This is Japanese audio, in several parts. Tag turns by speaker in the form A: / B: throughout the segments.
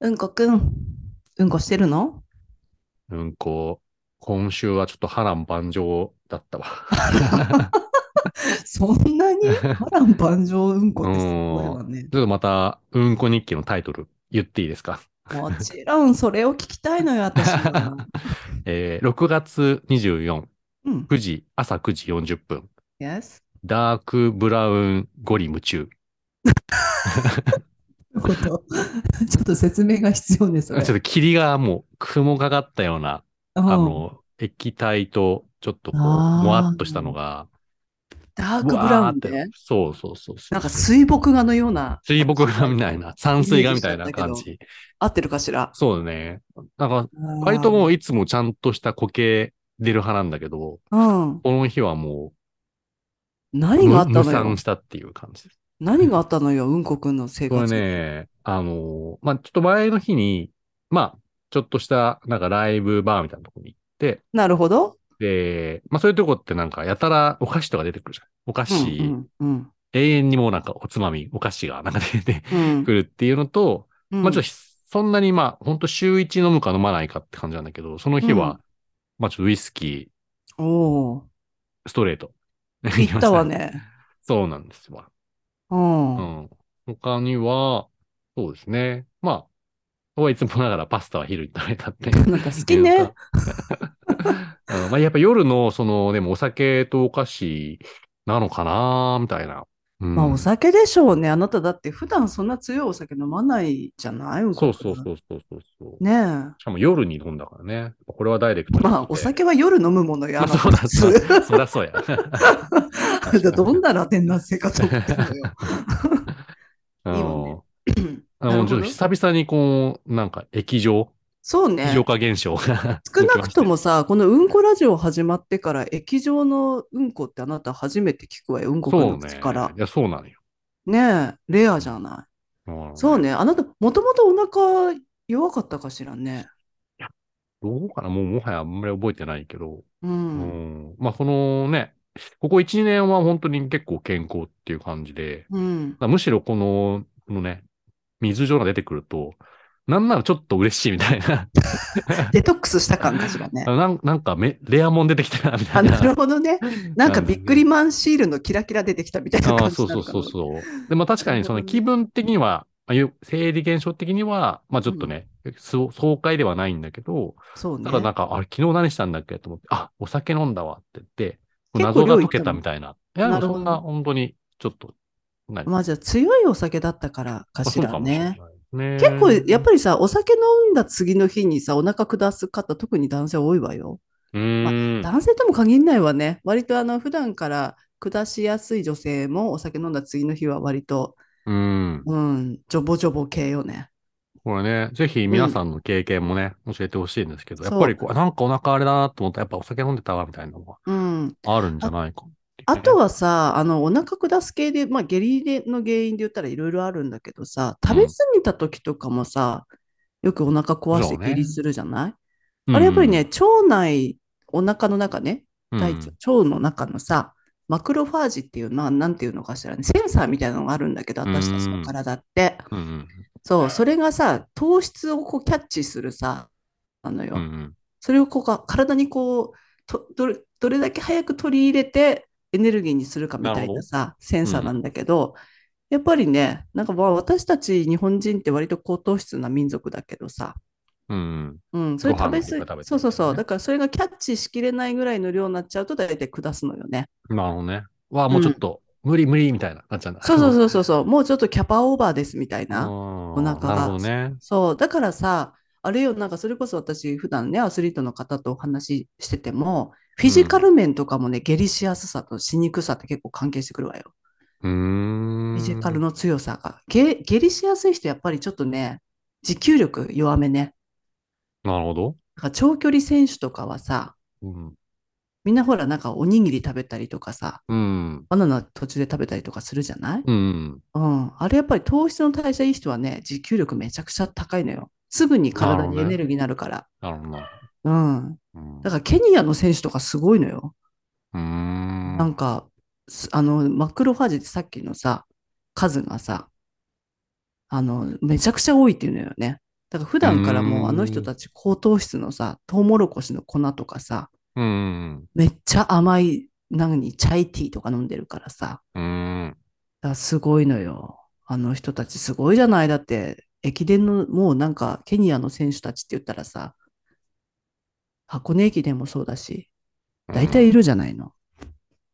A: うんこくん、うんこしてるの
B: うんこ、今週はちょっと波乱万丈だったわ。
A: そん なに波乱万丈うんこってす
B: うん
A: ごいわね。
B: ちょっとまた、うんこ日記のタイトル言っていいですか、
A: もちろんそれを聞きたいのよ、私 は。
B: えー、?6 月24、
A: うん。
B: 9時、朝9時40分、
A: Yes?
B: ダークブラウンゴリ夢中。
A: こと ちょっと説明が必要です
B: ち
A: ね
B: ょっ。と霧がもう雲がかったような、
A: うん
B: あの、液体とちょっとこう、
A: あー
B: もわっとしたのが、
A: ダークブ
B: ブ
A: ラウンで、
B: そうそうそうそう。
A: なんか水墨画のような、
B: 水墨画み たいな、山水画みたいな
A: イ
B: 感
A: メージしち
B: じ。
A: 合ってるかしら。
B: そうだね。なんか、割ともういつもちゃんとした固形出る派なんだけど、
A: うん。
B: この日はもう、
A: 何があ
B: む
A: った
B: 無
A: のよ
B: 産。したっていう感じです。
A: 何があったのよ、うんこくんの生
B: これ
A: 活。
B: ね、あのーまあ、ちょっと前の日に、まあ、ちょっとした、なんかライブバーみたいなとこに行って、
A: なるほど。
B: で、まあ、そういうとこってなんか、やたらお菓子とか出てくるじゃん。お菓
A: うん
B: 子、
A: うん
B: 永遠にもうなんかおつまみ、お菓子がなん か出て
A: うん
B: くるっていうのと、
A: うん
B: まあ、ちょっとひそんなにまあ、ほんと週一飲むか飲まないかって感じなんだけど、その日
A: う
B: は、
A: ん
B: まあ、ちょっとウイスキ
A: おー
B: ー、ストレート。
A: 行ったわね。
B: そうなんですわ。
A: うん。
B: う
A: うん
B: ん。他には、そうですね。まあ、ここはいつもながらパスタは昼に食べたって。
A: なんか好きね。
B: うんまあやっぱ夜の、その、でもお酒とお菓子なのかなみたいな。うん
A: まあお酒でしょうね。あなただって普段そんな強いお酒飲まないじゃない
B: そうそう
A: う。
B: そうそうそうそう。
A: ねえ。
B: しかも夜に飲んだからね。これはダイレクトに
A: まあお酒は夜飲むものや。
B: まあそうだそう
A: あの
B: だ。そりゃそうや。
A: あれだどんなラテンな生活を送って るのよ。
B: う
A: いいわね
B: ん。あ
A: なる
B: の
A: ほ
B: ち
A: ど
B: ょっと久々にこう、なんか液状、
A: そうね
B: 液。状化現象 が。
A: 少なくともさ、このうんこラジオ始まってから、液状のうんこってあなた初めて聞くわよ、うんこくん
B: そ
A: の
B: うね
A: 口から。。
B: いや、そうなのよ。
A: ねえ、レアじゃない。
B: うん
A: そうね、あなた、もともとお腹弱かったかしらね。
B: どうかなもうもはやあんまり覚えてないけど。
A: う。
B: うんん。まあ、そのね、ここ1、2年は本当に結構健康っていう感じで、
A: うん。
B: むしろこの、このね、水状が出てくると、なんならちょっと嬉しいみたいな。
A: デトックスした感かしらね。
B: なんなんかめ、レアもん出てきたな、みた
A: あ、
B: い
A: なる
B: な。
A: ほどね。なんかビックリマンシールのキラキラ出てきたみたいな
B: あ
A: 感
B: あ、
A: じ
B: そう
A: な
B: そ
A: の
B: う
A: か
B: そ
A: な
B: うそう。でも確かにそ
A: な
B: の
A: るほどね
B: 気分的には、まあよ生理現象的には、まあちょっとね、そう爽快ではないんだけど、
A: そうね。
B: だからなんか、あれ、昨日何したんだっけと思って、あ、お酒飲んだわって言って、
A: 結
B: 謎
A: 構
B: が
A: 量い
B: 解
A: っ
B: け
A: た
B: た
A: の
B: みたいな。いや、でも
A: なるほ
B: そ
A: ど
B: んな、本当に、ちょっと、何
A: まあじゃあ強いお酒だったからかしらね。。
B: 結
A: 結構やっぱりさ、お酒飲んだ次の日にさ、お腹下す方、特に男性多いわよ。
B: り、うーん。
A: 男性とも限んないわね。割とあの、普段から下しやすい女性もお酒飲んだ次の日は割と、
B: うん。
A: うん、ジョボジョボ系よね。
B: これね、ぜひ皆さんの経験もね、教えてほしいんですけど、やっぱりこう、なんかお腹あれだなと思ったら、やっぱお酒飲んでたわ、みたいなのが
A: うん。
B: あるんじゃないかっていう
A: あ
B: ね。
A: とはさ、あの、お腹下す系で、まあ、下痢での原因で言ったらいろいろあるんだけどさ、食べ過ぎた時とかもさ、よくお腹壊して
B: そうね
A: 下痢するじゃない、
B: うん、
A: あれやっぱりね、腸内、お腹の中ね、
B: うん、
A: 大腸、腸の中のさ、マクロファージっていうのは、なんていうのかしらね、センサーみたいなのがあるんだけど、私たちの体って。
B: うんうん。
A: そう、それがさ、糖質をこうキャッチするさ、なのよ。
B: うんうん。
A: それをこうか体にこうとどれ、どれだけ早く取り入れてエネルギーにするかみた
B: ないるほど
A: なさ、センサーなんだけど、やっぱりね、なんかまあ私たち日本人って割と高糖質な民族だけどさ、
B: うんうん。
A: うん、それ
B: ご飯
A: 食べ
B: の方が食べてるみ
A: 過
B: たいなね
A: ぎ、そうそうそう、だからそれがキャッチしきれないぐらいの量になっちゃうと大体下すのよ ね。
B: なるほどね。わあ、もうちょっと、無理無理みたいな、なっちゃうんだ。
A: そうそうそうそうそう、もうちょっとキャパオーバーですみたいな。
B: お
A: お腹が
B: なるほどね。
A: そう、だからさ、あれよ、なんかそれこそ私、普段ね、アスリートの方とお話ししてても、フィジカル面とかもね、下痢しやすさとしにくさって結構関係してくるわよ。
B: うーん。
A: フィジカルの強さが。下下痢しやすい人、やっぱりちょっとね、持久力弱めね。
B: なるほど。
A: だから長距離選手とかはさ、
B: うん。
A: みんなほら、なんかおにぎり食べたりとかさ、
B: うん。
A: バナナ途中で食べたりとかするじゃない
B: うん。
A: うん。あれやっぱり糖質の代謝いい人はね、持久力めちゃくちゃ高いのよ。すぐに体にエネルギーになるから。
B: なるほどな。
A: うん。
B: うん
A: だからケニアの選手とかすごいのよ。
B: うーん。
A: なんか、すあの、マクロファージってさっきのさ、数がさ、あの、めちゃくちゃ多いっていうのよね。だから普段からもうあの人
B: うん
A: たち高糖質のさ、トウモロコシの粉とかさ、
B: うん。
A: めっちゃ甘い、何、チャイティーとか飲んでるからさ、
B: うん。
A: だからすごいのよ。あの人たちすごいじゃない。だって、駅伝の、もうなんか、ケニアの選手たちって言ったらさ、箱根駅伝もそうだし、大体いるじゃないの。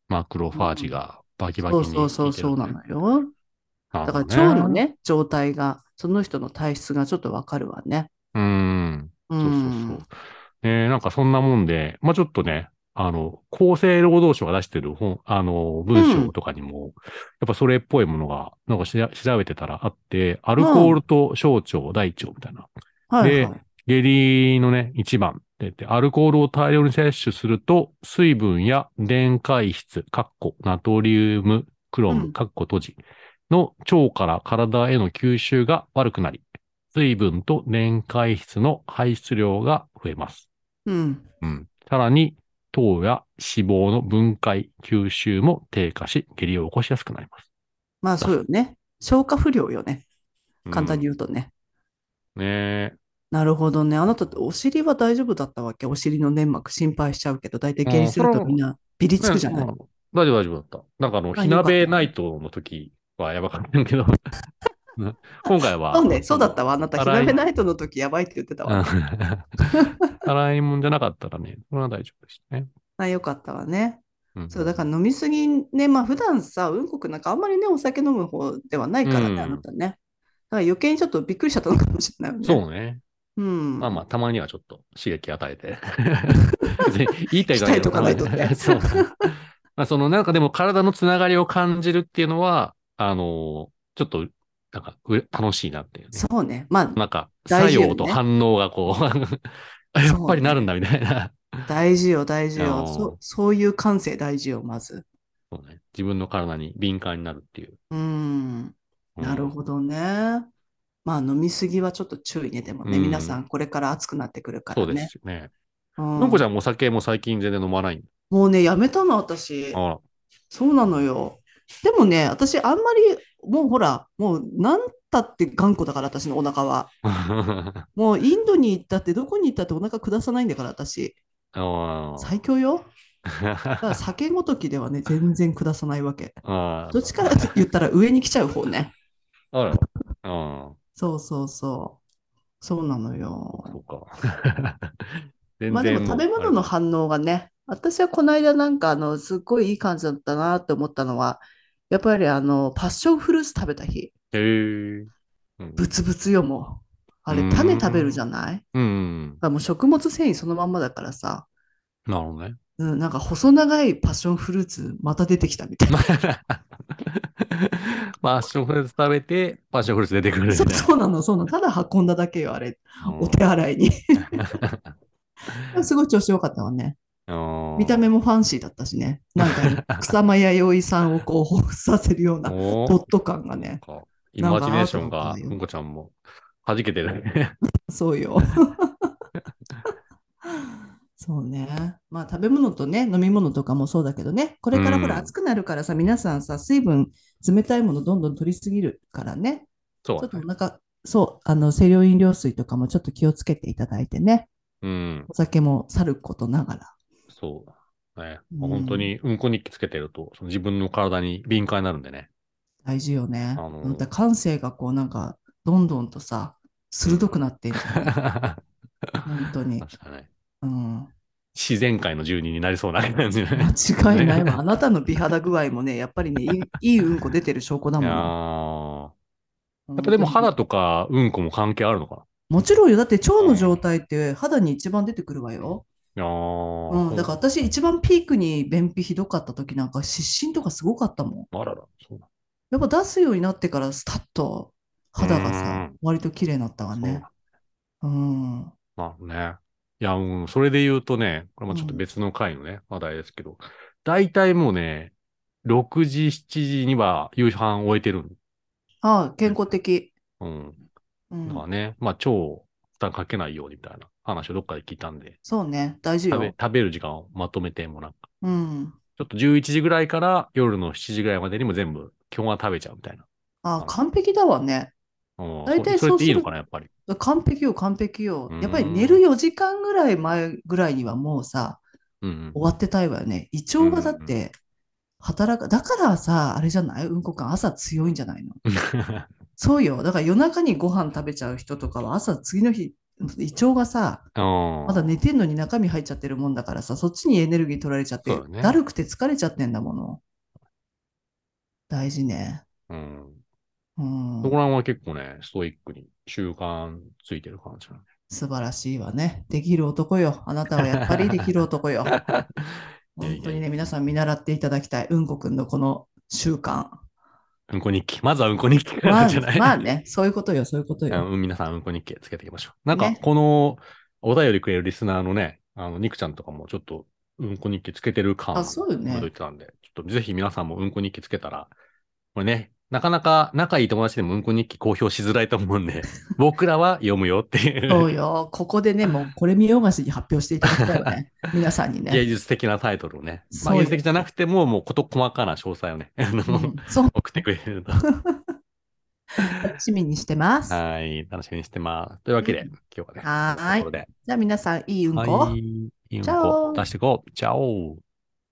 B: マクロファージがバキバキ
A: そ
B: に
A: うそうそう、そうな
B: の。
A: のよ。
B: だ
A: だから腸の。ね、状態が、その人の体質がちょっとわかるわね。
B: うん。
A: う。
B: そうそうんそう。えーなんかそんなもんで、まあちょっとね、あの、厚生労働省が出してる本、あの、文章とかにも、やっぱそれっぽいものが、なんかしら調べてたらあって、アルコールと小腸、大腸みたいな。
A: はい
B: で
A: はい。
B: 下痢のね、一番って言って、アルコールを大量に摂取すると、水分や電解質、カッコ、ナトリウム、クロ
A: うん
B: ム、カッコ閉じの腸から体への吸収が悪くなり、水分と電解質の排出量が増えます。
A: うん。
B: うん。さらに、糖や脂肪の分解、吸収も低下し、下痢を起こしやすくなります。
A: まあそうよね。消化不良よね。簡単に
B: うん
A: 言うとね。
B: ねえ。
A: なるほどね。あなたってお尻は大丈夫だったわけお尻の粘膜心配しちゃうけど、大体下痢する
B: うん
A: と
B: それは
A: みんなピリつくじゃ
B: う
A: ない
B: ん大丈夫、大丈夫だった。なんかあの、
A: あ
B: 火鍋ナイトの時はやばかっ たけど、うん今回は。
A: そうね、そうだったわ。あなた、火
B: 洗い
A: 鍋ナイトの時やばいって言ってた
B: う
A: わ。
B: ん 辛いもんじゃなかったらね、それは大丈夫でしたね。
A: あ、よかったわね。
B: うん
A: そう、だから飲みすぎね、まあ普段さ、うんこくなんかあんまりね、お酒飲む方ではないから
B: うん
A: ね、あなたね。だから余計にちょっとびっくりしちゃったのかもしれないよね。
B: そうね。
A: うん。
B: まあまあ、たまにはちょっと刺激与え て。別に言いたいじゃ
A: 鍛
B: けど
A: えとかないとって
B: そう。まあ、そのなんかでも体のつながりを感じるっていうのは、あのちょっと、なんかうれ、楽しいなっていうね、
A: そうね。ま
B: なんか、
A: 大
B: 作
A: 事よね
B: 用と反応がこう、あやっぱりなるんだみたいな。
A: あ、大事よ、大事
B: いや
A: よ。
B: ー
A: そ、そういう感性大事よ、まず。
B: そうね。自分の体に敏感になるっていう。
A: うん。
B: うん
A: なるほどね。まあ飲みすぎはちょっと注意ね。でもね、
B: うん
A: 皆さんこれから暑くなってくるから
B: そうで
A: ね。
B: すよね。
A: うん
B: のんこちゃんもお酒も最近全然飲まないんだ。
A: もうね、やめたの、私。
B: あ
A: そうなのよ。でもね、私あんまり、もうほら、もう何たって頑固だから、私のお腹は。
B: ら。
A: もうインドに行ったって、どこに行ったってお腹下さないんだから、私。
B: あ
A: 最強 よ。だから
B: ー
A: 酒ごときではね、全然下さないわけ。
B: あ
A: どっちかって言ったら上に来ちゃう方ね。
B: ー。あら。ああ。
A: そうそうそう。そうなのよ。
B: そうか。 全
A: まあでも
B: 然
A: 食べ物の反応がね、私はこの間なんかあの、すっごいいい感じだったなって思ったのは、やっぱりあの、パッションフルーツ食べた日、
B: へえ。うん
A: ブツブツよもう。あ
B: う
A: れ、
B: ん
A: 種食べるじゃないだか
B: うん。
A: らもう食物繊維そのまんまだからさ、
B: なるほどね。
A: うん、なんか細長いパッションフルーツまた出てきたみたいな。
B: パッションフルーツ食べて、パッションフルーツ出てくるみた
A: そ
B: いうな。
A: そうなの、そうなの。ただ運んだだけよ、あれ。
B: うん
A: お手洗 いに。すごい調子良かったわね。
B: うん
A: 見た目もファンシーだったしね。 なんか、草間彌生さんをこう、彷彿させるような
B: おー
A: ドット感がね。
B: なんかイマジネーション
A: なんかアートだ
B: が、
A: ったよ
B: うんこちゃんも、弾けてる ね。
A: そうよ。 そうね。まあ食べ物とね、飲み物とかもそうだけどね、これからほら
B: うん
A: 暑くなるからさ、皆さんさ、水分、冷たいものどんどん取りすぎるからね、
B: そ
A: ちょっ
B: う
A: と
B: だ
A: お
B: ね。
A: 腹、そう、あの、清涼飲料水とかもちょっと気をつけていただいてね、
B: うん。
A: お酒もさることながら。
B: そうだね。
A: うん
B: 本当に、うんこ日記つけてると、その自分の体に敏感になるん でね。
A: 大事よね。
B: あのー
A: また感性がこうなんか、どんどんとさ、鋭くなっていく、ね。本当に。
B: 確かに。
A: うん。
B: 自然界の住人になりそうな 感じね。
A: 間違いない
B: ね
A: わ。あなたの美肌具合もね、やっぱりね、いいいいうんこ出てる証拠だ
B: い
A: も
B: や
A: ん。
B: ー
A: や
B: やっぱでも肌とかうんこも関係あるのか
A: もちろんよ。だって腸の状態って肌に一番出てくるわよ。
B: なあ
A: うん。だから私一番ピークに便秘ひどかった時なんか湿疹とかすごかったもん。
B: ら。あらら、そうだ。
A: やっぱ出すようになってからスタッと肌がさ
B: うん、
A: 割と綺麗になったわね。うん。
B: そうなのね。いや、うん、それで言うとね、これもちょっと別の回のね、話題ですけど、大体もうね、6時、7時には夕飯終えてる
A: ああ、健康的。
B: うん。
A: う
B: だから
A: ん。
B: ね、まあ、腸を負担かけないようにみたいな話をどっかで聞いたんで、
A: そうね。大事
B: 食べ
A: よ。
B: 食べる時間をまとめてもなんか、
A: うん。
B: ちょっと11時ぐらいから夜の7時ぐらいまでにも全部、基本は食べちゃうみたいな。
A: あ
B: あ
A: あ、完璧だわね。
B: うん
A: 大体
B: それっていい
A: そうする
B: のかな、やっぱり。
A: 完璧よ、完璧よ
B: う。ん
A: やっぱり寝る4時間ぐらい前ぐらいにはもうさ、
B: うんうん
A: 終わってたいわよね。胃腸がだって、働く。だからさ、あれじゃないうんこ感朝強いんじゃないのそうよ。だから夜中にご飯食べちゃう人とかは朝次の日、胃腸がさ、
B: うん。
A: まだ寝てんのに中身入っちゃってるもんだからさ、そっちにエネルギー取られちゃって
B: そうだ、ね
A: だるくて疲れちゃってんだもの。大事ね。
B: うん。
A: うん
B: そこ。ら辺は結構ね、ストイックに習慣ついてる感 じなん
A: 素晴らしいわね。できる男よ。あなたはやっぱりできる男 よ。
B: で。
A: 本当にね、皆さん見習っていただきたい。うんこくんのこの習 慣。
B: うんこ日記。まずはうんこ日記か
A: ま
B: ら
A: あ
B: じゃない、
A: まあね、そういうことよ、そういうことよ。
B: うん、皆さん、うんこ日記つけていきましょう。なんか
A: ね、
B: このお便りくれるリスナーのね、あの、肉ちゃんとかもちょっと、うんこ日記つけてる感
A: あそうよね
B: 届いてたんで、ちょっとぜひ皆さんもうんこ日記つけたら、これね、なかなか仲いい友達でもうんこ日記公表しづらいと思うんで、 僕らは読むよってい
A: そううよ、ここでね、もうこれ見ようがしに発表していただきたいよね。皆さんに
B: 芸
A: ね。
B: 術的なタイトルをね、ま
A: そう
B: あ、
A: よ
B: 芸術的じゃなくても、もうこと細かな詳細をね、あの
A: うん、そう、
B: 送ってくれると。
A: 楽しみにしてます。じゃ
B: はい、楽しみにしてます。というわけで、
A: うん
B: 今日はね、
A: はーい
B: こんなところで
A: あ皆さん、いいうんこを。
B: はい、いいうんこ出していこう。チャオ